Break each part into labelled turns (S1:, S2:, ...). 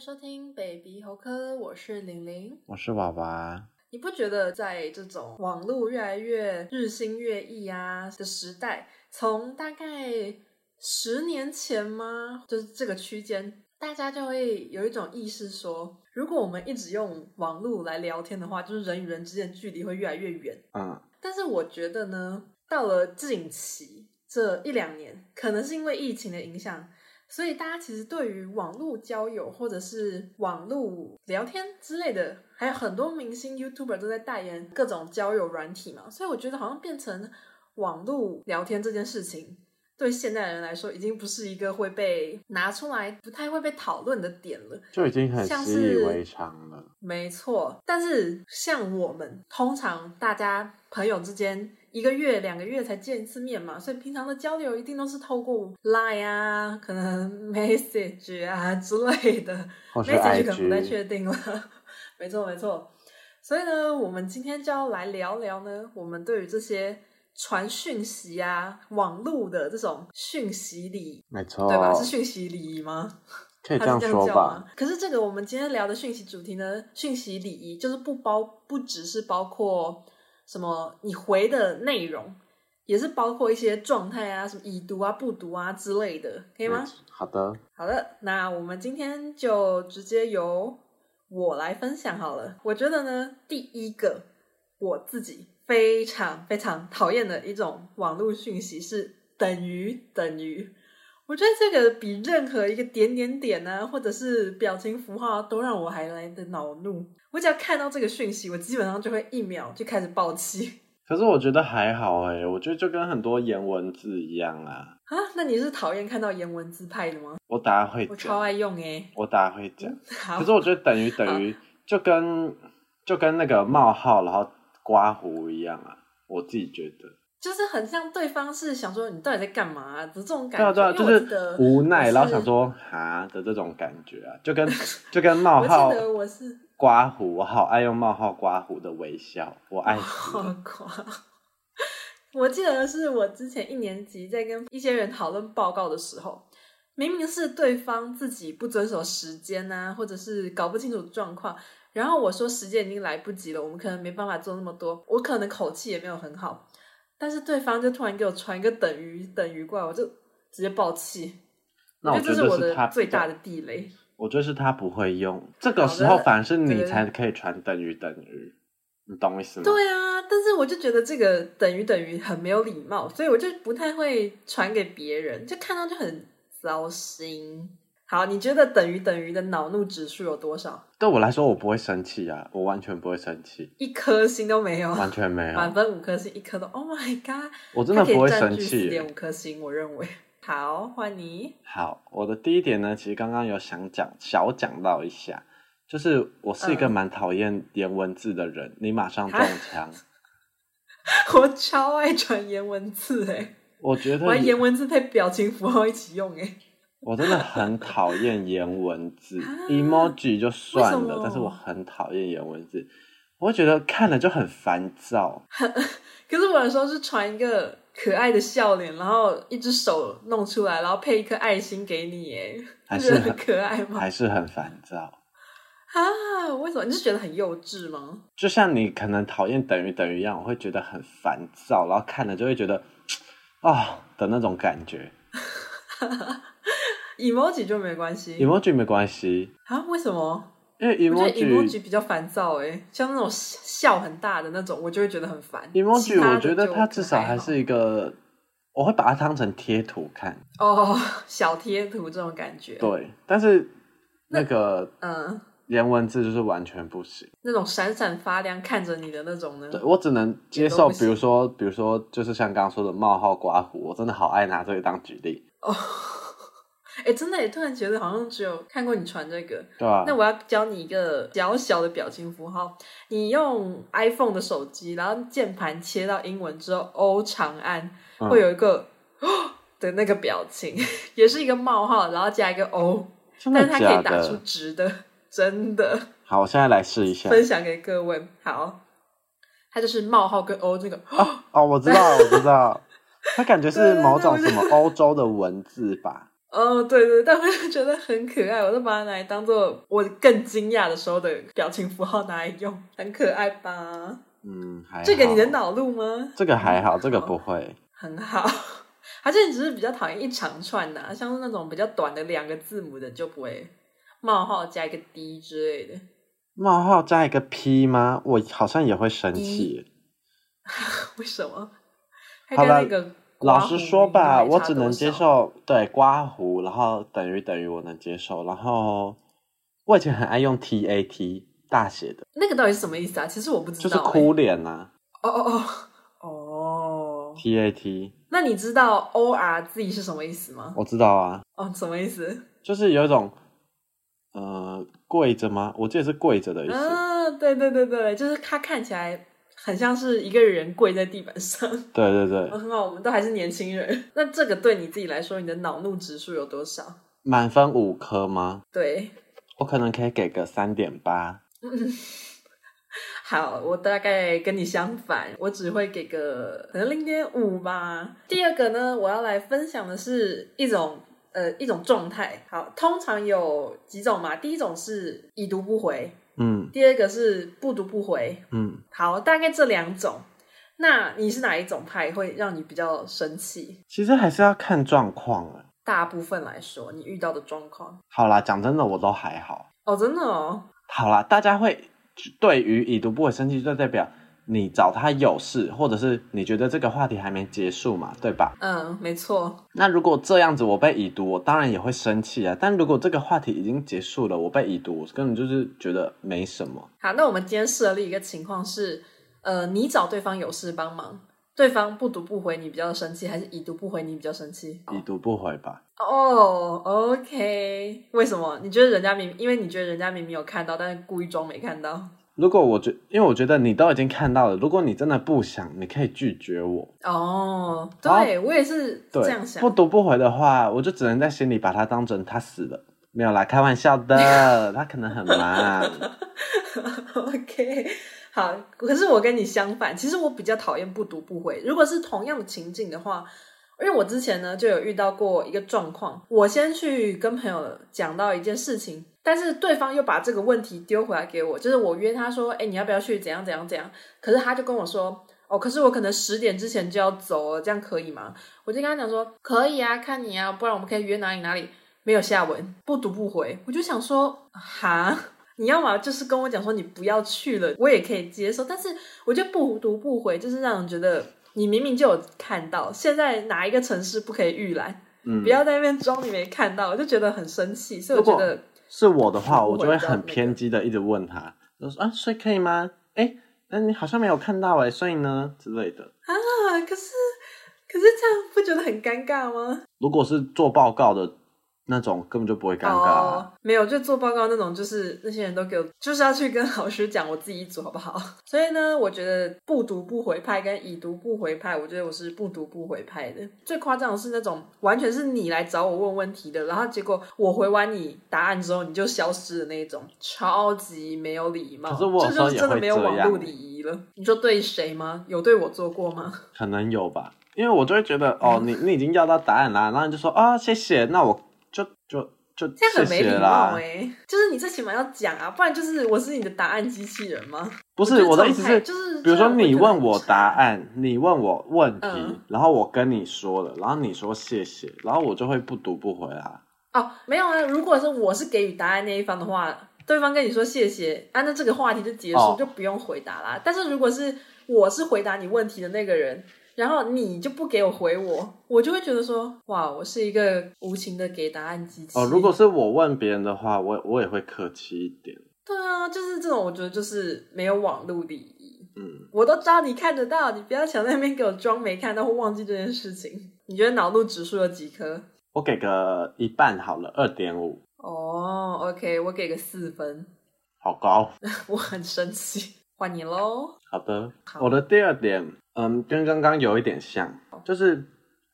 S1: 收听北鼻猴科，我是玲玲。
S2: 我是娃娃。
S1: 你不觉得在这种网络越来越日新月异啊的时代，从大概十年前吗？就是这个区间，大家就会有一种意识说，如果我们一直用网络来聊天的话，就是人与人之间的距离会越来越远。
S2: 嗯，
S1: 但是我觉得呢，到了近期这一两年，可能是因为疫情的影响，所以大家其实对于网络交友或者是网络聊天之类的，还有很多明星 YouTuber 都在代言各种交友软体嘛，所以我觉得好像变成网络聊天这件事情。对现代人来说，已经不是一个会被拿出来、不太会被讨论的点了。
S2: 就已经很
S1: 像
S2: 习以
S1: 是
S2: 为常了。
S1: 没错，但是像我们通常大家朋友之间一个月、两个月才见一次面嘛，所以平常的交流一定都是透过 Line 啊，可能 Message 啊之类的。
S2: 或是
S1: Message 可能不太
S2: IG，
S1: 确定了。 没错，没错。所以呢，我们今天就要来聊聊呢，我们对于这些传讯息啊、网络的这种讯息礼仪，
S2: 没错，
S1: 对吧？是讯息礼仪吗？
S2: 可以
S1: 他是
S2: 这样
S1: 这样
S2: 说
S1: 叫
S2: 吧
S1: 吗？。可是这个我们今天聊的讯息主题呢，讯息礼仪就是不包不只是包括什么你回的内容，也是包括一些状态啊，什么已读啊、不读啊之类的，可以吗
S2: 没？错好的，
S1: 好的，那我们今天就直接由我来分享好了。我觉得呢，第一个我自己非常非常讨厌的一种网络讯息是等于等于。我觉得这个比任何一个点点点啊，或者是表情符号啊、都让我还来的恼怒。我只要看到这个讯息，我基本上就会一秒就开始爆气
S2: 可是我觉得还好哎、我觉得就跟很多颜文字一样啊，
S1: 啊！那你是讨厌看到颜文字派的吗？
S2: 我打会
S1: 我超
S2: 讲，
S1: 爱用诶、
S2: 我打会讲。
S1: 好
S2: 可是我觉得等于等于就跟就跟那个冒号然后刮胡一样啊，我自己觉得。
S1: 就是很像对方是想说你到底在干嘛、啊、的这种感
S2: 对啊
S1: 觉，
S2: 对啊，就
S1: 因为我记
S2: 是
S1: 得
S2: 无奈，
S1: 我
S2: 然后
S1: 是
S2: 想说哈的这种感觉啊，就跟就跟冒
S1: 我
S2: 号
S1: 记得我 是
S2: 刮胡，我好爱用冒号刮胡的微笑，我爱 死
S1: 好
S2: 了。
S1: 狂。我记得是我之前一年级在跟一些人讨论报告的时候，明明是对方自己不遵守时间呐、或者是搞不清楚状况，然后我说时间已经来不及了，我们可能没办法做那么多，我可能口气也没有很好，但是对方就突然给我传一个等于等于过来，我就直接爆气，因
S2: 那我
S1: 为
S2: 觉
S1: 这是
S2: 得
S1: 我
S2: 是他
S1: 的
S2: 比
S1: 最
S2: 较
S1: 大的地雷。
S2: 我觉得是他不会用，这个
S1: 好的
S2: 时候反而是你
S1: 对
S2: 才可以传等于等于，你懂我意思吗？
S1: 对啊，但是我就觉得这个等于等于很没有礼貌，所以我就不太会传给别人，就看到就很糟心。好，你觉得等于等于的恼怒指数有多少？
S2: 对我来说，我不会生气啊，我完全不会生气，
S1: 一颗星都没 有，
S2: 完全没有，
S1: 满分五颗星，一颗都。Oh my god！
S2: 我真的不会生
S1: 四
S2: 气
S1: 啊点五
S2: 耶。
S1: 颗星，我认为。好，换你。
S2: 好，我的第一点呢，其实刚刚有想讲，小讲到一下，就是我是一个
S1: 嗯
S2: 蛮讨厌颜文字的人，你马上中枪，
S1: 我超爱传颜文字哎，
S2: 我觉得
S1: 我还
S2: 你
S1: 颜文字配表情符号一起用哎。
S2: 我真的很讨厌颜文字
S1: 啊
S2: ，emoji 就算
S1: 为什
S2: 了
S1: 么，
S2: 但是我很讨厌颜文字，我会觉得看了就很烦躁。
S1: 可是我有时候是传一个可爱的笑脸，然后一只手弄出来，然后配一颗爱心给你，耶，
S2: 还
S1: 你
S2: 是
S1: 觉得
S2: 很
S1: 很可爱吗？
S2: 还是很烦躁。
S1: 啊，为什么？你是觉得很幼稚吗？
S2: 就像你可能讨厌等于等于一样，我会觉得很烦躁，然后看了就会觉得啊、的那种感觉。
S1: emoji 就没关系
S2: emoji 没关系，
S1: 啊？为什么？
S2: 因为
S1: 我觉得
S2: emoji
S1: emoji 比较烦躁哎，像那种笑笑很大的那种，我就会觉得很烦。其
S2: emoji
S1: 他的
S2: 我觉得
S1: 就
S2: 它至少还
S1: 还
S2: 是一个，我会把它当成贴图看。
S1: 好哦小贴图这种感觉。，
S2: 对，但是那个
S1: 嗯，
S2: 颜文字就是完全不行。
S1: 那种闪闪发亮看着你的那种呢？
S2: 对我只能接
S1: 也都
S2: 受，
S1: 不行
S2: 比如说，比如说，就是像刚刚说的冒号刮胡，我真的好爱拿这个当举例，
S1: 哦， 哎，真的耶，突然觉得好像只有看过你传这个，
S2: 对吧、
S1: 那我要教你一个小小的表情符号，你用 iPhone 的手机，然后键盘切到英文之后，O 长按
S2: 嗯
S1: 会有一个 的那个表情， 也是一个冒号，然后加一个 O，
S2: 真
S1: 但是
S2: 的
S1: 它可
S2: 假
S1: 以打出
S2: 的？
S1: 直的，真的
S2: 好，我现在来试一 下。
S1: 分享给各位。好，它就是冒号跟 O 这个，
S2: 哦，我知道，我知道，它感
S1: 对
S2: 觉是
S1: 对啊
S2: 某
S1: 对
S2: 种
S1: 我就
S2: 什么欧洲的文字吧？
S1: 哦，对对，但我就觉得很可爱，我就把它拿来当做我更惊讶的时候的表情符号拿来用，很可爱吧？
S2: 嗯，还好
S1: 这个你能恼怒吗？
S2: 这个还好，这个不会。
S1: 很好， 还是你只是比较讨厌一长串的啊、像是那种比较短的两个字母的就不会，冒号加一个 d 之类的。
S2: 冒号加一个 P 吗？我好像也会生气。
S1: 为什么？它
S2: 好
S1: 跟
S2: 了
S1: 那个刮
S2: 老
S1: 胡
S2: 实说吧，
S1: 应该
S2: 我
S1: 差
S2: 只
S1: 多
S2: 能接
S1: 少。
S2: 受对刮胡，然后等于等于我能接受，然后我以前很爱用 T A T 大写的，
S1: 那个到底是什么意思啊？其实我不知
S2: 就
S1: 道、
S2: 是哭脸呐
S1: 欸。哦哦哦哦，
S2: ，T A T
S1: 那你知道 O R Z 是什么意思吗？
S2: 我知道啊，
S1: 哦，什么意思？
S2: 就是有一种呃跪着吗？我记得是跪着的意思，
S1: 啊，对对对对，就是它看起来很像是一个人跪在地板上。
S2: 对对对，
S1: 很 好，我们都还是年轻人。 那这个对你自己来说，你的恼怒指数有多少？
S2: 满分五颗吗？
S1: 对，
S2: 我可能可以给个三点八。
S1: 好，我大概跟你相反，我只会给个可能零点五吧。第二个呢，我要来分享的是一种呃一种状态。好，通常有几种嘛？第一种是已读不回，
S2: 嗯
S1: 第二个是不读不回。
S2: 嗯，
S1: 好，大概这两种。那你是哪一种派会让你比较生气？
S2: 其实还是要看状况啊。
S1: 大部分来说，你遇到的状况
S2: 好啦，讲真的，我都还好。
S1: 哦，真的哦，
S2: 好啦，大家会对于已读不回生气，就代表你找他有事，或者是你觉得这个话题还没结束嘛，对吧？
S1: 嗯，没错，
S2: 那如果这样子我被已读，我当然也会生气啊。但如果这个话题已经结束了，我被已读，我根本就是觉得没什么。
S1: 好，那我们今天设立一个情况是，呃，你找对方有事帮忙，对方不读不回，你比较生气，还是已读不回你比较生气？
S2: 已读不回吧，
S1: 哦、o k 为什么？你觉得人家明因为你觉得人家明明有看到，但是故意装没看到。
S2: 如果我觉，因为我觉得你都已经看到了，如果你真的不想，你可以拒绝我。
S1: 哦、
S2: 好
S1: 对、我也是这
S2: 啊对
S1: 样，想
S2: 不。读不回的话，我就只能在心里把他当成他死了。没有啦，开玩笑 的，他可能很忙。
S1: OK，好，可是我跟你相反，其实我比较讨厌不读不回。如果是同样的情境的话，因为我之前呢就有遇到过一个状况，我先去跟朋友讲到一件事情，但是对方又把这个问题丢回来给我，就是我约他说，哎、你要不要去怎样怎样怎样？可是他就跟我说。哦，可是我可能十点之前就要走了，这样可以吗？我就跟他讲说，可以啊，看你啊，不然我们可以约哪里哪里。没有下文，不读不回。我就想说，哈，你要么就是跟我讲说你不要去了，我也可以接受。但是我觉得不读不回，就是让人觉得你明明就有看到，现在哪一个城市不可以预览？
S2: 嗯
S1: 不，要在那边装你没看到，我就觉得很生气。所以我觉
S2: 如
S1: 得，
S2: 是我的话，
S1: 不
S2: 我
S1: 会
S2: 就会
S1: 比较那
S2: 很
S1: 个
S2: 偏激的一直问他，就说啊，所以可以吗？哎，那你好像没有看到哎，所以呢之类的。
S1: 啊，可是可是这样不觉得很尴尬吗？
S2: 如果是做报告的那种，根本就不会尴尬啊、
S1: 哦，没有，就做报告那种，就是那些人都给我，就是要去跟老师讲我自己一组好不好？ 所以呢，我觉得不读不回派跟已读不回派，我觉得我是不读不回派的。最夸张的是那种完全是你来找我问问题的，然后结果我回完你答案之后你就消失的那一种，超级没有礼貌。
S2: 可是我有
S1: 这
S2: 时候
S1: 就是
S2: 也
S1: 真的
S2: 会
S1: 没有
S2: 这
S1: 网
S2: 样
S1: 络礼仪了。你说对谁吗？有对我做过吗？
S2: 可能有吧，因为我就会觉得
S1: 嗯
S2: 哦，你你已经要到答案啦，然后你就说啊，谢谢，那我就就就
S1: 这样
S2: 谢
S1: 很没
S2: 谢
S1: 礼貌
S2: 啦
S1: 哎、。就是你最起码要讲啊，不然就是我是你的答案机器人吗？
S2: 不
S1: 我
S2: 是
S1: 觉得
S2: 我的
S1: 这
S2: 意
S1: 种
S2: 思
S1: 态
S2: 是，
S1: 就是
S2: 比
S1: 这
S2: 如说
S1: 样会
S2: 你
S1: 觉得
S2: 问
S1: 很
S2: 我
S1: 差
S2: 答案，你问我问题，
S1: 嗯
S2: 然后我跟你说了，然后你说谢谢，然后我就会不读不回啊。
S1: 哦，没有啊。如果是我是给予答案那一方的话，对方跟你说谢谢，啊，那这个话题就结束，
S2: 哦
S1: 就不用回答啦。但是如果是我是回答你问题的那个人，然后你就不给我回我，我就会觉得说，哇，我是一个无情的给答案机器。
S2: 哦，如果是我问别人的话，我我也会客气一点。
S1: 对啊，就是这种，我觉得就是没有网络礼仪。
S2: 嗯，
S1: 我都知道你看得到，你不要想在那边给我装没看到或忘记这件事情。你觉得恼怒指数有几颗？
S2: 我给个一半好了，二点五，
S1: 哦、o k 我给个四分，
S2: 好高。
S1: 我很生气。换你喽。
S2: 好的，
S1: 好
S2: 我的第二点，嗯，跟刚刚有一点像，就是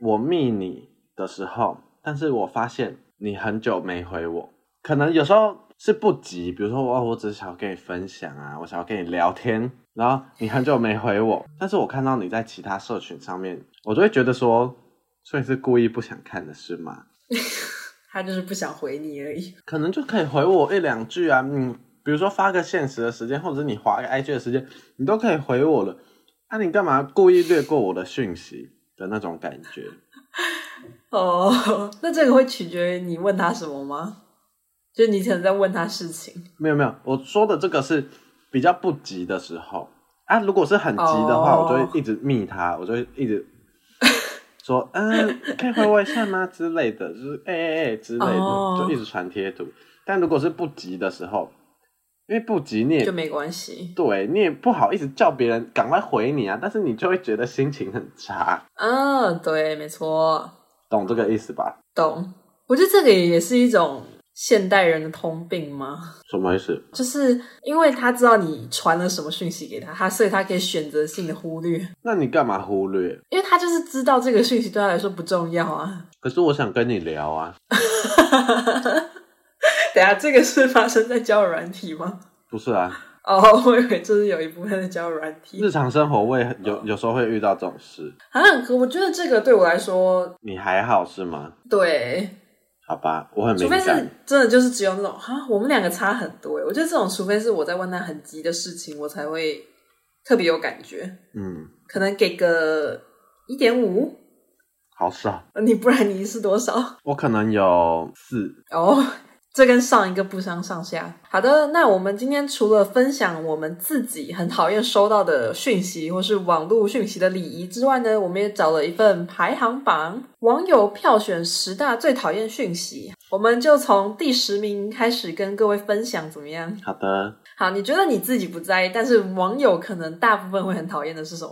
S2: 我密你的时候，但是我发现你很久没回我，可能有时候是不急，比如说哦，我只是想要跟你分享啊，我想要跟你聊天，然后你很久没回我，但是我看到你在其他社群上面，我就会觉得说，所以是故意不想看的是吗？
S1: 他就是不想回你而已。
S2: 可能就可以回我一两句啊，嗯，比如说发个现实的时间，或者是你划个 IG 的时间，你都可以回我了。那、你干嘛故意略过我的讯息的那种感觉？
S1: 哦，那这个会取决于你问他什么吗？就是你可能在问他事情，
S2: 没有没有，我说的这个是比较不急的时候啊。如果是很急的话
S1: 哦
S2: 我就会一直密他，我就会一直说，嗯，可以回我一下吗之类的，就是哎哎哎之类的
S1: 哦
S2: 就一直传贴图。但如果是不急的时候，因为不急你也
S1: 就没关系。
S2: 对你也不好意思叫别人赶快回你啊，但是你就会觉得心情很差，
S1: 啊，对，没错，
S2: 懂这个意思吧？
S1: 懂。我觉得这个也是一种现代人的通病吗？
S2: 什么意思？
S1: 就是因为他知道你传了什么讯息给他，他所以他可以选择性的忽略，
S2: 那你干嘛忽略？
S1: 因为他就是知道这个讯息对他来说不重要啊。
S2: 可是我想跟你聊啊，
S1: 等一下，这个是发生在交友软体吗？
S2: 不是啊，
S1: 哦， 我以为就是有一部分的交友软体
S2: 日常生活我也有有时候会遇到这种事，
S1: 啊，可我觉得这个对我来说，
S2: 你还好是吗？
S1: 对，
S2: 好吧，我很
S1: 除
S2: 敏
S1: 非是
S2: 感。
S1: 真的就是只有那种哈，我们两个差很多耶。欸我觉得这种，除非是我在问他很急的事情，我才会特别有感觉，
S2: 嗯，
S1: 可能给个一点五，
S2: 好少，
S1: 你不然你是多少？
S2: 我可能有四。
S1: 哦， 这跟上一个不相上下。好的，那我们今天除了分享我们自己很讨厌收到的讯息或是网络讯息的礼仪之外呢，我们也找了一份排行榜，网友票选十大最讨厌讯息。我们就从第十名开始跟各位分享，怎么样？
S2: 好的，
S1: 好，你觉得你自己不在意，但是网友可能大部分会很讨厌的是什么？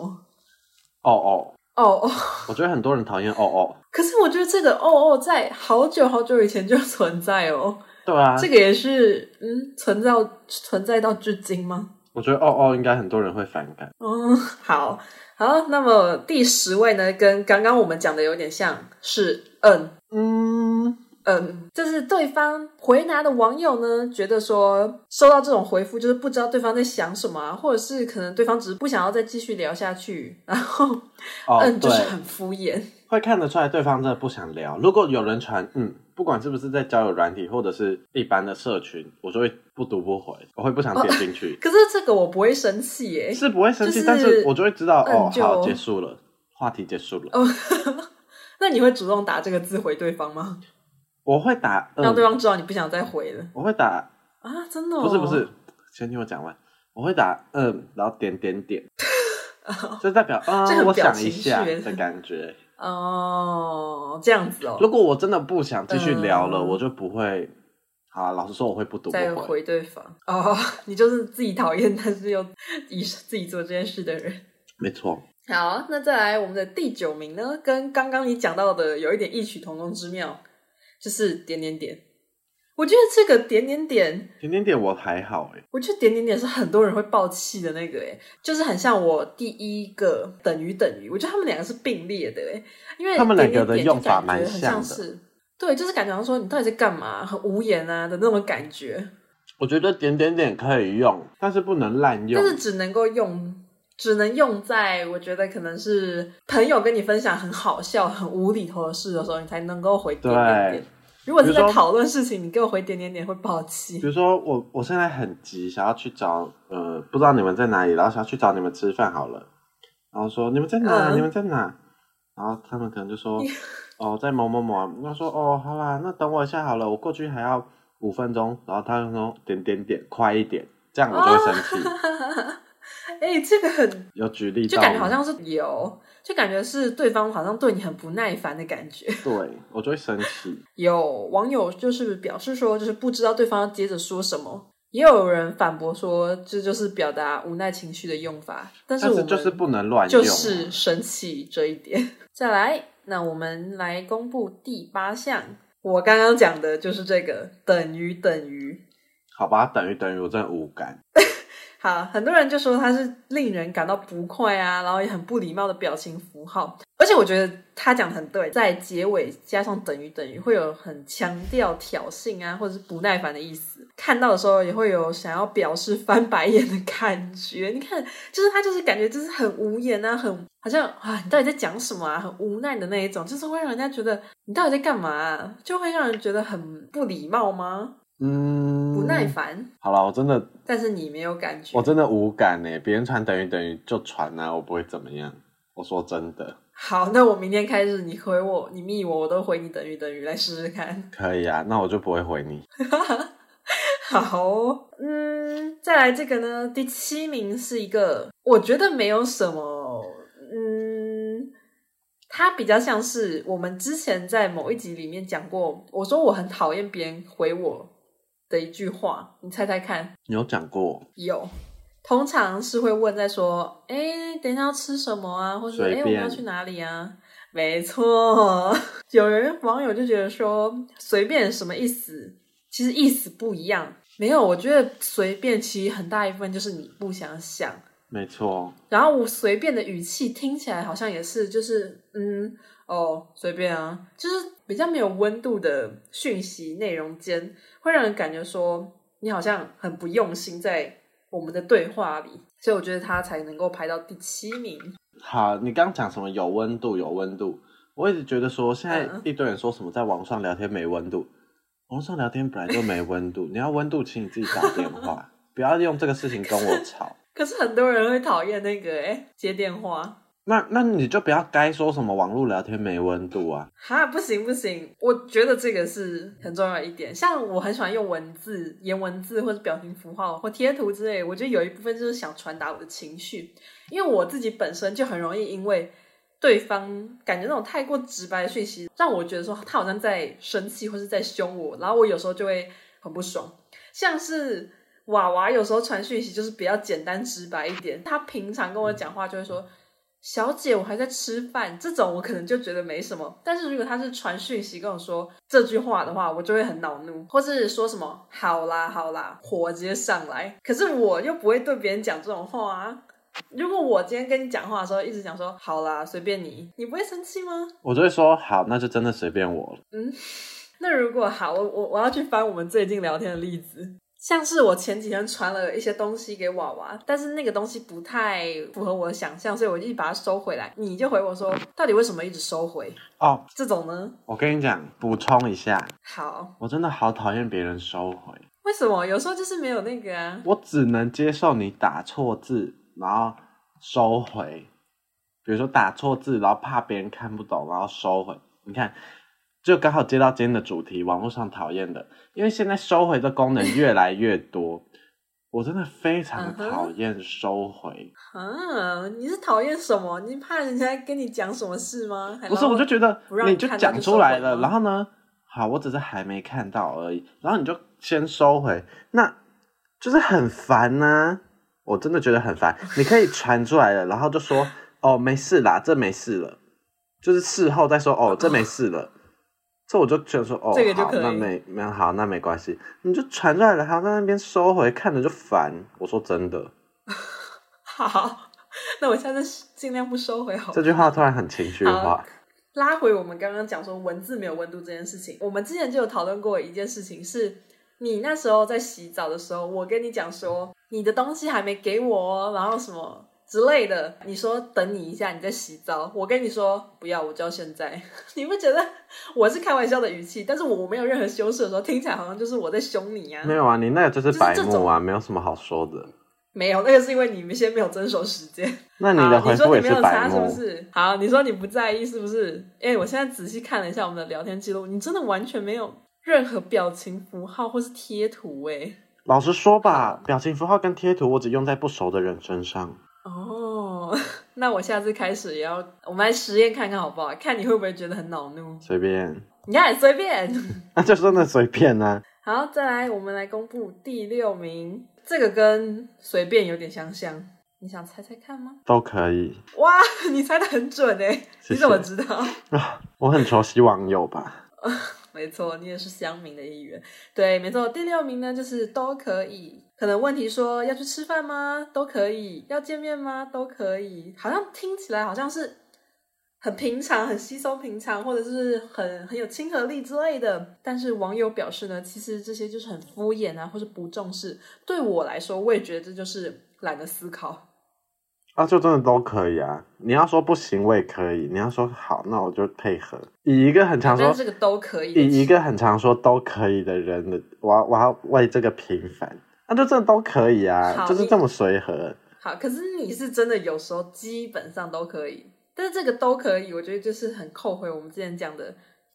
S2: 哦哦，
S1: 哦哦，
S2: 我觉得很多人讨厌哦哦。
S1: 可是我觉得这个哦哦在好久好久以前就存在哦。
S2: 对啊，
S1: 这个也是嗯存在存在到至今吗？
S2: 我觉得哦哦应该很多人会反感。
S1: 嗯，好好，那么第十位呢，跟刚刚我们讲的有点像，是嗯
S2: 嗯，
S1: 嗯，就是对方回答的网友呢，觉得说收到这种回复，就是不知道对方在想什么、啊，或者是可能对方只是不想要再继续聊下去，然后
S2: 哦
S1: 嗯就是
S2: 对，
S1: 很敷衍，
S2: 会看得出来对方真的不想聊。如果有人传嗯，不管是不是在交友软体或者是一般的社群，我就会不读不回，我会不想点进去，
S1: 可是这个我不会生气耶，
S2: 是不会生气，
S1: 哦哎就是
S2: 但是我就会知道
S1: 嗯
S2: 哦，
S1: 就
S2: 好，结束了，话题结束了。
S1: 哦，那你会主动打这个字回对方吗？
S2: 我会打嗯
S1: 让，对方知道你不想再回了
S2: 我会打
S1: 啊？真的、哦？
S2: 不是不是，先听我讲完。我会打嗯，然后点点 点，就代表啊、
S1: 这很
S2: 我
S1: 表
S2: 想
S1: 情
S2: 一下
S1: 绪耶
S2: 的感觉。
S1: 哦，这样子哦，
S2: 如果我真的不想继续聊了，
S1: 嗯
S2: 我就不会。好啊，老实说，我会不读不
S1: 再
S2: 回。
S1: 回对方哦， 你就是自己讨厌，但是又以自己做这件事的人。
S2: 没错，
S1: 好，那再来我们的第九名呢，跟刚刚你讲到的有一点异曲同工之妙，就是点点点。我觉得这个点点点，
S2: 点点点我还好哎、
S1: 我觉得点点点是很多人会爆气的那个，诶，就是很像我第一个等于等于，我觉得他们两个是并列的，诶，因为
S2: 他们两个的
S1: 点点点
S2: 用法
S1: 就感觉
S2: 蛮
S1: 很
S2: 像的
S1: 是，对，就是感觉好像说你到底在干嘛，很无言啊的那种感觉。
S2: 我觉得点点点可以用，但是不能滥用
S1: 但。是只能够用，只能用在我觉得可能是朋友跟你分享很好笑、很无厘头的事的时候，你才能够回点点点
S2: 对。
S1: 如果是
S2: 比
S1: 在
S2: 如说
S1: 讨论事情，你给我回点点点会爆
S2: 比
S1: 气。
S2: 如说我我现在很急，想要去找呃，不知道你们在哪里，然后想要去找你们吃饭好了，然后说你们在哪？
S1: 嗯
S2: 你们在哪？然后他们可能就说哦，在某某某啊。那说哦，好啦，那等我一下好了，我过去还要五分钟。然后他就说点点点，快一点，这样我就会生气。
S1: 哎、这个很，
S2: 有举例
S1: 哦就
S2: 到吗
S1: 感觉好像是有，就感觉是对方好像对你很不耐烦的感觉。
S2: 对我就会生气。
S1: 有网友就是表示说，就是不知道对方接着说什么。也有人反驳说，这就是表达无奈情绪的用法。但是
S2: 但
S1: 我
S2: 是
S1: 们
S2: 就是不能乱用
S1: 就
S2: 啊，
S1: 是生气这一点。再来，那我们来公布第八项，我刚刚讲的就是这个等于等于。
S2: 好吧，等于等于我真的无感。
S1: 好，很多人就说他是令人感到不快啊，然后也很不礼貌的表情符号。而且我觉得他讲的很对，在结尾加上等于等于，会有很强调挑衅啊，或者是不耐烦的意思。看到的时候也会有想要表示翻白眼的感觉。你看，就是他就是感觉就是很无言啊，很好像啊，你到底在讲什么啊？很无奈的那一种，就是会让人家觉得你到底在干嘛啊、就会让人觉得很不礼貌吗？
S2: 嗯，
S1: 不耐。烦，
S2: 好了，我真的
S1: 但是你没有感觉
S2: 我。真的无感呢，别人传等于等于就传啊，我不会怎么样。我说真的，
S1: 好，那我明天开始，你回我，你密我，我都回你等于等于，来试试看。
S2: 可以啊，那我就不会回你。
S1: 好哦，嗯，再来这个呢，第七名是一个，我觉得没有什么，嗯，它比较像是我们之前在某一集里面讲过，我说我很讨厌别人回我的一句话，你猜猜看，
S2: 你有讲过
S1: 有，通常是会问在说，哎，等一下要吃什么啊，或者
S2: 随
S1: 哎
S2: 便
S1: 我们要去哪里啊？没错， 有人网友就觉得说随便什么意思，其实意思不一样。没有，我觉得随便其实很大一部分就是你不想想，
S2: 没错，
S1: 然后我随便的语气听起来好像也是就是嗯哦随便啊，就是比较没有温度的讯息内容间，会让人感觉说你好像很不用心在我们的对话里，所以我觉得他才能够排到第七名。
S2: 好，你刚讲什么有温度，有温度，我一直觉得说现在
S1: 嗯
S2: 一堆人说什么在网上聊天没温度，网上聊天本来就没温度，你要温度，请你自己打电话，不要用这个事情跟我吵。
S1: 可是很多人会讨厌那个哎接电话。
S2: 那那你就不要该说什么网络聊天没温度啊，
S1: 哈，不行不行，我觉得这个是很重要的一点。像我很喜欢用文字、颜文字或者表情符号或贴图之类，我觉得有一部分就是想传达我的情绪，因为我自己本身就很容易因为对方感觉那种太过直白的讯息，让我觉得说他好像在生气或是在凶我，然后我有时候就会很不爽。像是娃娃有时候传讯息就是比较简单直白一点，他平常跟我讲话就会说。小姐，我还在吃饭，这种我可能就觉得没什么。但是如果他是传讯息跟我说这句话的话，我就会很恼怒，或是说什么“好啦好啦”，火直接上来。可是我又不会对别人讲这种话啊。如果我今天跟你讲话的时候一直讲说“好啦，随便你”，你不会生气吗？
S2: 我就会说好，那就真的随便我了。
S1: 那如果好，我我我要去翻我们最近聊天的例子，像是我前几天传了一些东西给娃娃，但是那个东西不太符合我的想象，所以我一直把它收回来。你就回我说，到底为什么一直收回？
S2: 哦，
S1: 这种呢？
S2: 我跟你讲，补充一下，
S1: 好，
S2: 我真的好讨厌别人收回，
S1: 为什么有时候就是没有那个啊？
S2: 我只能接受你打错字，然后收回。比如说打错字，然后怕别人看不懂，然后收回。你看，就刚好接到今天的主题，网络上讨厌的，因为现在收回的功能越来越多，我真的非常
S1: 嗯哼
S2: 讨厌收回。
S1: 啊，你是讨厌什么？你怕人家跟你讲什么事吗？还
S2: 不是，我就觉得
S1: 不让
S2: 你
S1: 你
S2: 就
S1: 看到
S2: 讲
S1: 就
S2: 出
S1: 收
S2: 来
S1: 回
S2: 了，
S1: 吗
S2: 然后呢，好，我只是还没看到而已，然后你就先收回，那就是很烦呐、我真的觉得很烦。你可以传出来了，然后就说哦没事啦，这没事了，就是事后再说哦这没事了，这我就觉得说哦
S1: 这个就
S2: 好
S1: 可
S2: 那
S1: 以
S2: 没没有好那没关系，你就传出来了，还要在那边收回，看着就烦。我说真的，
S1: 好，那我下次尽量不收回好了
S2: 这句话突然很情绪
S1: 好
S2: 化，
S1: 拉回我们刚刚讲说文字没有温度这件事情，我们之前就有讨论过一件事情是，你那时候在洗澡的时候，我跟你讲说你的东西还没给我哦，然后什么之类的，你说等你一下，你在洗澡，我跟你说不要，我就要现在， 你不觉得我是开玩笑的语气，但是我没有任何修饰的时候，听起来好像就是我在凶你啊？
S2: 没有啊，你那个就是
S1: 是
S2: 白
S1: 这
S2: 目啊，没有什么好说的。
S1: 没有，那个是因为你们先没有遵守时间。
S2: 那你
S1: 好，
S2: 的回
S1: 说
S2: 复
S1: 啊你
S2: 也
S1: 没有
S2: 白
S1: 查是
S2: 目，
S1: 不是？好，你说你不在意是不是？哎、我现在仔细看了一下我们的聊天记录，你真的完全没有任何表情符号或是贴图哎、
S2: 老实说吧，表情符号跟贴图我只用在不熟的人身上。
S1: 哦， 那我下次开始也要，我们来实验看看好不好？看你会不会觉得很恼怒？
S2: 随便，
S1: 你看，随便。
S2: 那啊就真的随便啊。
S1: 好，再来，我们来公布第六名，这个跟随便有点相像。你想猜猜看吗？
S2: 都可以。
S1: 哇，你猜的很准哎、
S2: 谢谢
S1: 你怎么知道？
S2: 我很熟悉网友吧？
S1: 没错，你也是乡民的一员。对，没错，第六名呢就是都可以。可能问题说要去吃饭吗？都可以。要见面吗？都可以。好像听起来好像是很平常、很稀松平常，或者是很很有亲和力之类的。但是网友表示呢，其实这些就是很敷衍啊，或是不重视。对我来说，我也觉得这就是懒得思考。
S2: 啊，就真的都可以啊。你要说不行，我也可以；你要说好，那我就配合。以一个很常
S1: 但
S2: 说
S1: 是，这个都可以的
S2: 以一个很常说都可以的人的，我要我要为这个平反。那、就真的都可以啊，
S1: 好
S2: 就是
S1: 你
S2: 这么随和。
S1: 好，可是你是真的有时候基本上都可以，但是这个都可以，我觉得就是很扣回我们之前讲的，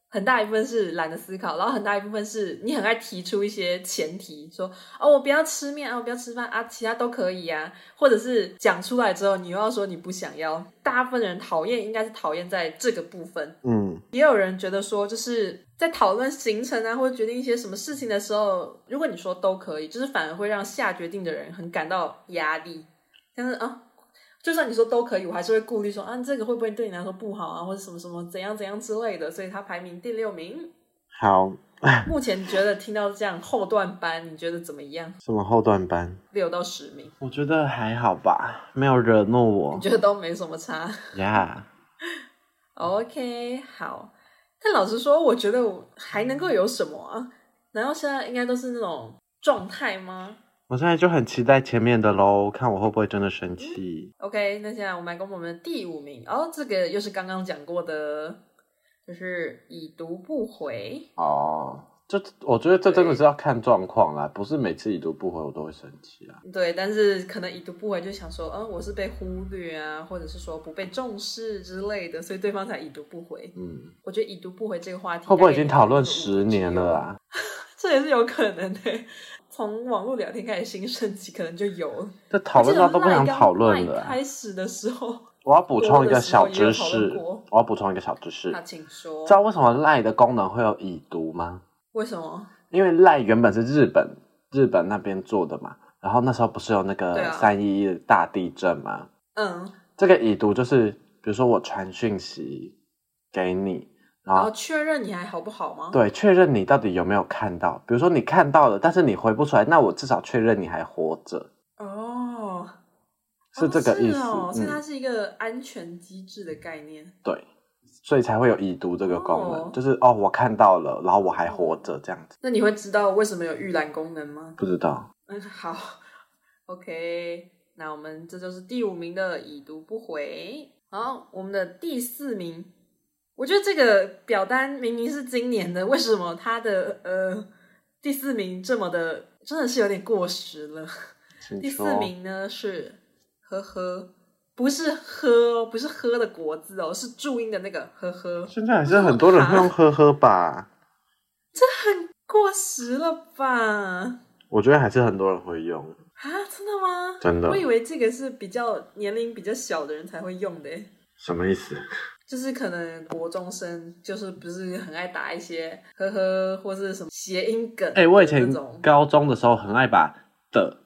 S1: 很大一部分是懒得思考，然后很大一部分是你很爱提出一些前提，说哦我不要吃面啊，我不要吃饭啊，其他都可以啊，或者是讲出来之后你又要说你不想要，大部分人讨厌应该是讨厌在这个部分，
S2: 嗯，
S1: 也有人觉得说，就是在讨论行程啊，或者决定一些什么事情的时候，如果你说都可以，就是反而会让下决定的人很感到压力。但是啊，就算你说都可以，我还是会顾虑说啊，这个会不会对你来说不好啊，或者什么什么怎样怎样之类的。所以他排名第六名。
S2: 好，
S1: 目前你觉得听到这样后段班，你觉得怎么样？
S2: 什么后段班？
S1: 六到十名，
S2: 我觉得还好吧，没有惹怒我
S1: 你觉得都没什么差。
S2: 呀。
S1: OK，好。但老实说，我觉得我还能够有什么啊？难道现在应该都是那种状态吗
S2: 我现在就很期待前面的喽，看我会不会真的生气。
S1: ？OK，那现在我们来公布我们的第五名哦，这个又是刚刚讲过的，就是已读不回。
S2: 哦，这我觉得这真的是要看状况啦，不是每次已读不回我都会生气啊。
S1: 对，但是可能已读不回就想说，嗯，我是被忽略啊，或者是说不被重视之类的，所以对方才已读不回。
S2: 嗯，
S1: 我觉得已读不回这个话题
S2: 会不会已
S1: 大概
S2: 经讨论
S1: 有
S2: 十年了啊？
S1: 这也是有可能的。从网络聊天开始兴盛期，可能就有了。
S2: 这讨论到都不想讨论
S1: 我记得
S2: 了
S1: Line 刚
S2: 啊。
S1: 开始的时候，
S2: 我要补充一个小知
S1: 多的时候也有
S2: 识
S1: 讨论过，
S2: 我要补充一个小知识。
S1: 那请说
S2: 知，道为什么赖的功能会有已读吗？
S1: 为什么？
S2: 因为赖原本是日本日本那边做的嘛，然后那时候不是有那
S1: 对
S2: 个
S1: 啊
S2: 三一一大地震吗？
S1: 嗯，
S2: 这个已读就是，比如说我传讯息给你，然
S1: 然
S2: 后
S1: 后确认你还好不好吗？
S2: 对确认你到底有没有看到。比如说你看到了，但是你回不出来，那我至少确认你还活着，
S1: 哦，
S2: 是这个意思。
S1: 哦是哦，所以它
S2: 嗯，
S1: 是一个安全机制的概念。
S2: 对，所以才会有已读这个功能，
S1: 哦
S2: 就是哦，我看到了，然后我还活着这样子。
S1: 那你会知道为什么有预览功能吗？
S2: 不知道，
S1: 嗯， 好，OK，那我们这就是第五名的已读不回。好，我们的第四名，我觉得这个表单明明是今年的，为什么它的呃第四名这么的真的是有点过时了？
S2: 请
S1: 第
S2: 说
S1: 四名呢是呵呵，不是喝哦，不是喝的国字哦，是注音的那个呵呵，
S2: 现在还是很多人会用呵呵吧，
S1: 过时了吧？
S2: 我觉得还是很多人会用，
S1: 啊，真的吗？
S2: 真的
S1: 我以为这个是比较年龄比较小的人才会用的欸耶，
S2: 什么意思？
S1: 就是可能国中生就是不是很爱打一些呵呵或是什么谐音梗，
S2: 哎、我以前
S1: 那种
S2: 高中的时候很爱把的，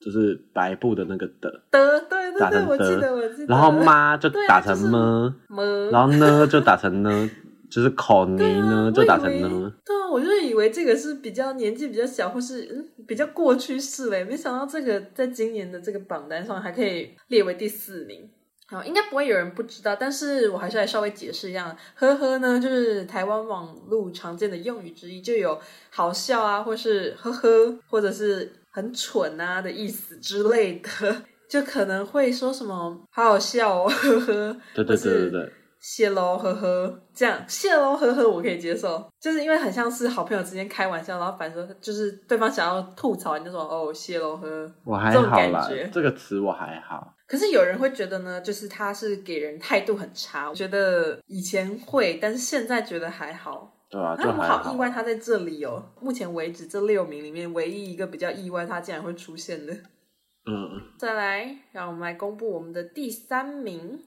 S2: 就是白布的那个的，
S1: 的，对对
S2: 打
S1: 对，
S2: 成
S1: 我记
S2: 的
S1: 得我记得，
S2: 然后妈就
S1: 对啊
S2: 打成
S1: 啊就是
S2: 么，
S1: 么
S2: 然后呢就打成呢，就是口泥
S1: 对啊
S2: 呢就打成
S1: 我以为
S2: 呢。
S1: 对啊，我就以为这个是比较年纪比较小，或是嗯比较过去式嘞，没想到这个在今年的这个榜单上还可以列为第四名。好，应该不会有人不知道，但是我还是来稍微解释一下。呵呵呢，就是台湾网络常见的用语之一，就有好笑啊，或是呵呵，或者是很蠢啊的意思之类的，就可能会说什么好好笑哦，呵呵，
S2: 对对
S1: 或是
S2: 对对对，
S1: 谢喽，呵呵，这样谢喽，呵呵，我可以接受，就是因为很像是好朋友之间开玩笑，然后反正就是对方想要吐槽，你就说哦谢喽，呵呵。
S2: 我还
S1: 这种
S2: 好
S1: 感
S2: 啦
S1: 觉，
S2: 这个词我还好。
S1: 可是有人会觉得呢，就是他是给人态度很差，我觉得以前会，但是现在觉得还好。
S2: 对
S1: 啊，
S2: 啊，就
S1: 我
S2: 还
S1: 好意外他在这里哦！目前为止这六名里面唯一一个比较意外，他竟然会出现的。
S2: 嗯，
S1: 再来，让我们来公布我们的第三名。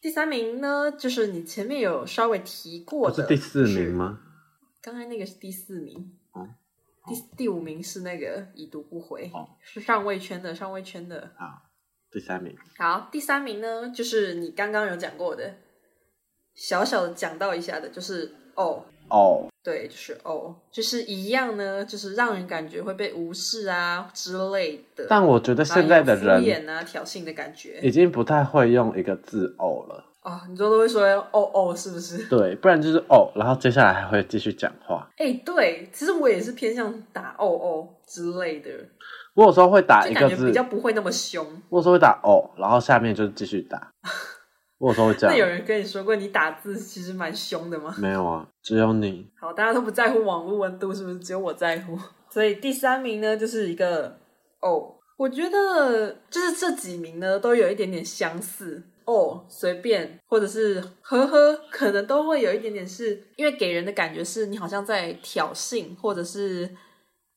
S1: 第三名呢，就是你前面有稍微提过
S2: 不
S1: 的，
S2: 哦是第四名吗？
S1: 刚才那个是第四名，
S2: 哦
S1: 第第五名是那个已读不回，
S2: 哦
S1: 是上位圈的，上位圈的。
S2: 第三名，
S1: 好，第三名呢，就是你刚刚有讲过的，小小的讲到一下的，就是哦，
S2: 哦，
S1: 对，就是哦，就是一样呢，就是让人感觉会被无视啊之类的。
S2: 但我觉得现在的
S1: 然后有敷
S2: 人
S1: 衍啊、挑衅的感觉
S2: 已经不太会用一个字哦了。
S1: 哦，你说都会说哦哦，是不是？
S2: 对，不然就是哦，然后接下来还会继续讲话。
S1: 哎，对，其实我也是偏向打哦哦之类的，
S2: 我有时候会打
S1: 就
S2: 啊一
S1: 感
S2: 个
S1: 觉
S2: 字
S1: 比较，不会那么凶。
S2: 我有时候会打哦，然后下面就继续打。我有时候会 这
S1: 那有
S2: 样，
S1: 人跟你说过你打字其实蛮凶的吗？
S2: 没有啊，只有你。
S1: 好，大家都不在乎网络温度，是不是？只有我在乎。所以第三名呢，就是一个哦，我觉得就是这几名呢都有一点点相似哦，随便或者是呵呵，可能都会有一点点是因为给人的感觉是你好像在挑衅或者是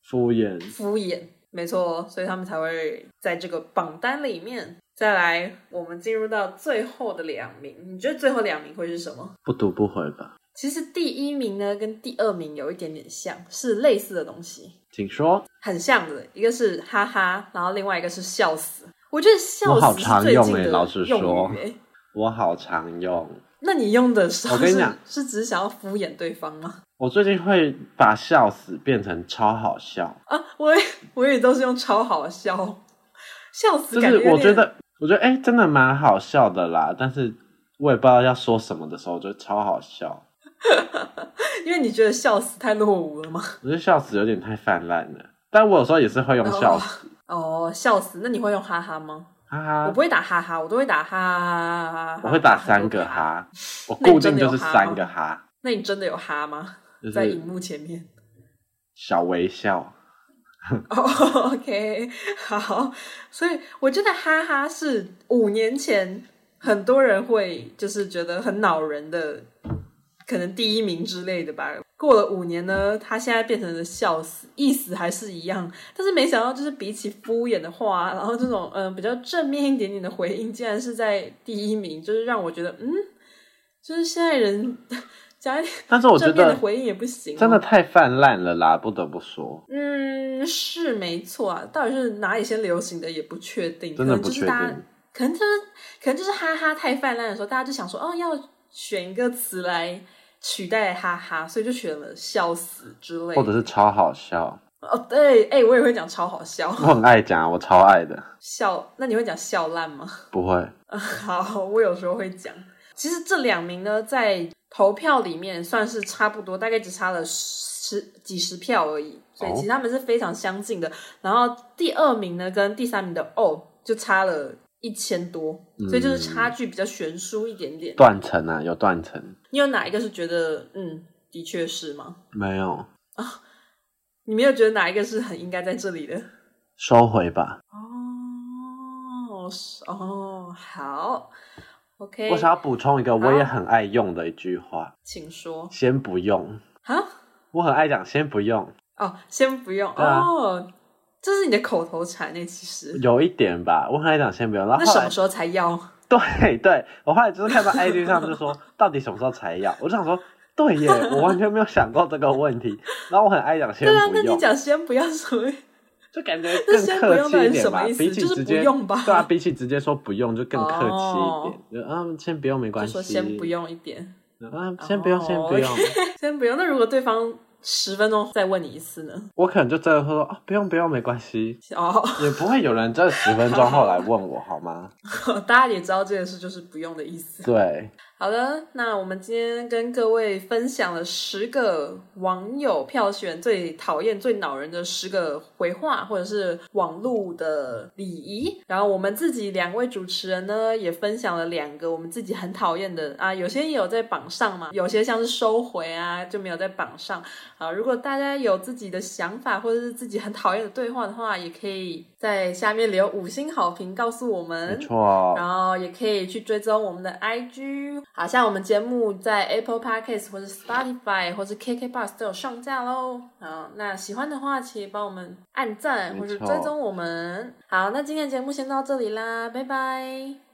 S2: 敷衍，
S1: 敷衍，没错，所以他们才会在这个榜单里面。再来，我们进入到最后的两名，你觉得最后两名会是什么？
S2: 不读不回吧，
S1: 其实第一名呢跟第二名有一点点像，是类似的东西，
S2: 请说。
S1: 很像的。一个是哈哈，然后另外一个是笑死。我觉得笑
S2: 我好
S1: 死是
S2: 常
S1: 最近
S2: 用欸
S1: 的
S2: 老实说
S1: 用语欸
S2: 我好常用，
S1: 那你用的时候
S2: 我跟你
S1: 是
S2: 讲
S1: 是只想要敷衍对方吗？
S2: 我最近会把笑死变成超好笑，
S1: 啊，我也我也都是用超好笑，笑死
S2: 就
S1: 感觉有
S2: 是
S1: 点
S2: 我觉得，我觉得哎、诶真的蛮好笑的啦。但是我也不知道要说什么的时候，就超好笑。
S1: 因为你觉得笑死太落伍了吗？
S2: 我觉得笑死有点太泛滥了，但我有时候也是会用笑死，
S1: 哦，笑死，那你会用哈哈吗？
S2: 哈哈
S1: 我不。会打哈哈，我都会打哈哈哈哈。
S2: 我会打
S1: 很
S2: 三
S1: 多
S2: 个
S1: 个。
S2: 哈，我
S1: 那
S2: 固
S1: 你真
S2: 定
S1: 的
S2: 就
S1: 有
S2: 是
S1: 哈
S2: 三
S1: 吗
S2: 个哈，
S1: 那你真的有哈吗？
S2: 就
S1: 在荧
S2: 是
S1: 幕前面。
S2: 小微笑。
S1: 哦、o k 好，所以我觉得哈哈是嗯五年前很多人会就是觉得很恼人的，可能第一名之类的吧。过了五年呢，他现在变成了笑死，意思还是一样，但是没想到就是比起敷衍的话，然后这种嗯、呃比较正面一点点的回应，竟然是在第一名，就是让我觉得嗯，就是现在人 加一点
S2: 但是我觉
S1: 正面的
S2: 得
S1: 回应也不行、
S2: 真的。太泛滥了啦，不得不说，
S1: 嗯，是没错啊，到底是哪里先流行的也不确定，
S2: 真的
S1: 可能
S2: 不
S1: 就是
S2: 确
S1: 大家
S2: 定。
S1: 可能就是可能就是哈哈太泛滥的时候，大家就想说哦，要选一个词来取代哈哈，所以就选了笑死之类的。
S2: 或者是超好笑，
S1: 哦，对，哎、我也会讲超好笑，
S2: 我很爱讲啊，我超爱的，
S1: 笑，那你会讲笑烂吗？
S2: 不会。
S1: 好， 我有时候会讲。其实这两名呢，在投票里面算是差不多，大概只差了十几十票而已，所以其实他们是非常相近的。然后第二名呢，跟第三名的哦，就差了一千多，
S2: 嗯
S1: 所以就是差距比较悬殊一点点。
S2: 断层啊，有断层，
S1: 你有哪一个是觉得嗯，的确是吗？
S2: 没有
S1: 你没有觉得哪一个是很应该在这里的？
S2: 收回吧。
S1: 哦，是哦，好，OK，
S2: 我想要补充一个我也很爱用的一句话，
S1: 请说
S2: 先不用。
S1: 啊。
S2: 我很爱讲先不用，
S1: 哦，先不用、
S2: 对啊
S1: 哦，这是你的口头禅呢，其实。
S2: 有啊一点吧，我很爱讲先不用。然
S1: 那
S2: 后后
S1: 什
S2: 来
S1: 么时候才 要？
S2: 对对，我后来就是看到 IG 上就说， 到底什么时候才要？我就想说，对耶，我完全没有想过这个问题。然后我很爱讲先
S1: 对啊，
S2: 不
S1: 那你
S2: 用，
S1: 讲先不要 什么？
S2: 就感觉
S1: 那
S2: 更
S1: 先不
S2: 客
S1: 用
S2: 气
S1: 到
S2: 一
S1: 底是
S2: 点
S1: 什
S2: 吧，
S1: 么意思？
S2: 比起
S1: 就是
S2: 直
S1: 不
S2: 接
S1: 用吧。
S2: 对啊，比起直接说不用就更客气一
S1: 哦
S2: 点。就啊，先不用没关
S1: 就
S2: 系，
S1: 说先不用一点，
S2: 啊，先不用，先不用。
S1: 先不用。那如果对方十分钟再问你一次呢？
S2: 我可能就真的会说啊，不用不用，没关系。
S1: 哦，
S2: 也不会有人这十分钟后来问我好吗？
S1: 大家也知道这件事就是不用的意思。
S2: 对，
S1: 好的，那我们今天跟各位分享了十个网友票选最讨厌、最恼人的十个回话，或者是网络的礼仪。然后我们自己两位主持人呢，也分享了两个我们自己很讨厌的啊，有些也有在榜上嘛，有些像是收回啊就没有在榜上啊。如果大家有自己的想法，或者是自己很讨厌的对话的话，也可以在下面留五星好评告诉我
S2: 没
S1: 们。
S2: 错，
S1: 然后也可以去追踪我们的 IG。好，像我们节目在 Apple Podcast 或是 Spotify 或是 KK Bus 都有上架喽。好，那喜欢的话，请帮我们按赞
S2: 没
S1: 或是
S2: 错
S1: 追踪我们。好，那今天的节目先到这里啦，拜拜。